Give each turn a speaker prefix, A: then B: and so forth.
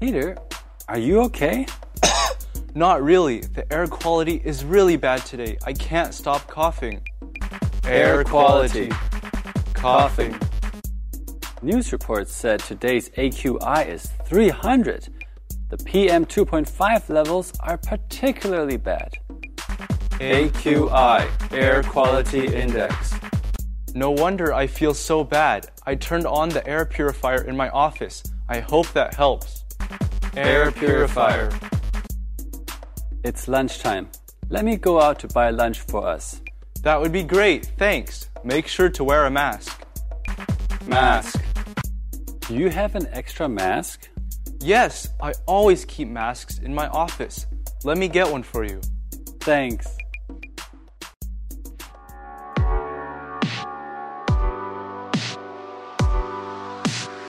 A: Peter, are you okay?
B: Not really. The air quality is really bad today. I can't stop coughing.
A: Air quality.
B: Coughing.
A: News reports said today's AQI is 300. The PM 2.5 levels are particularly bad.
B: AQI, Air Quality Index. No wonder I feel so bad. I turned on the air purifier in my office. I hope that helps.
A: Air purifier. It's lunchtime. Let me go out to buy lunch for us.
B: That would be great, thanks. Make sure to wear a mask.
A: Mask. Do you have an extra mask?
B: Yes, I always keep masks in my office. Let me get one for you.
A: Thanks.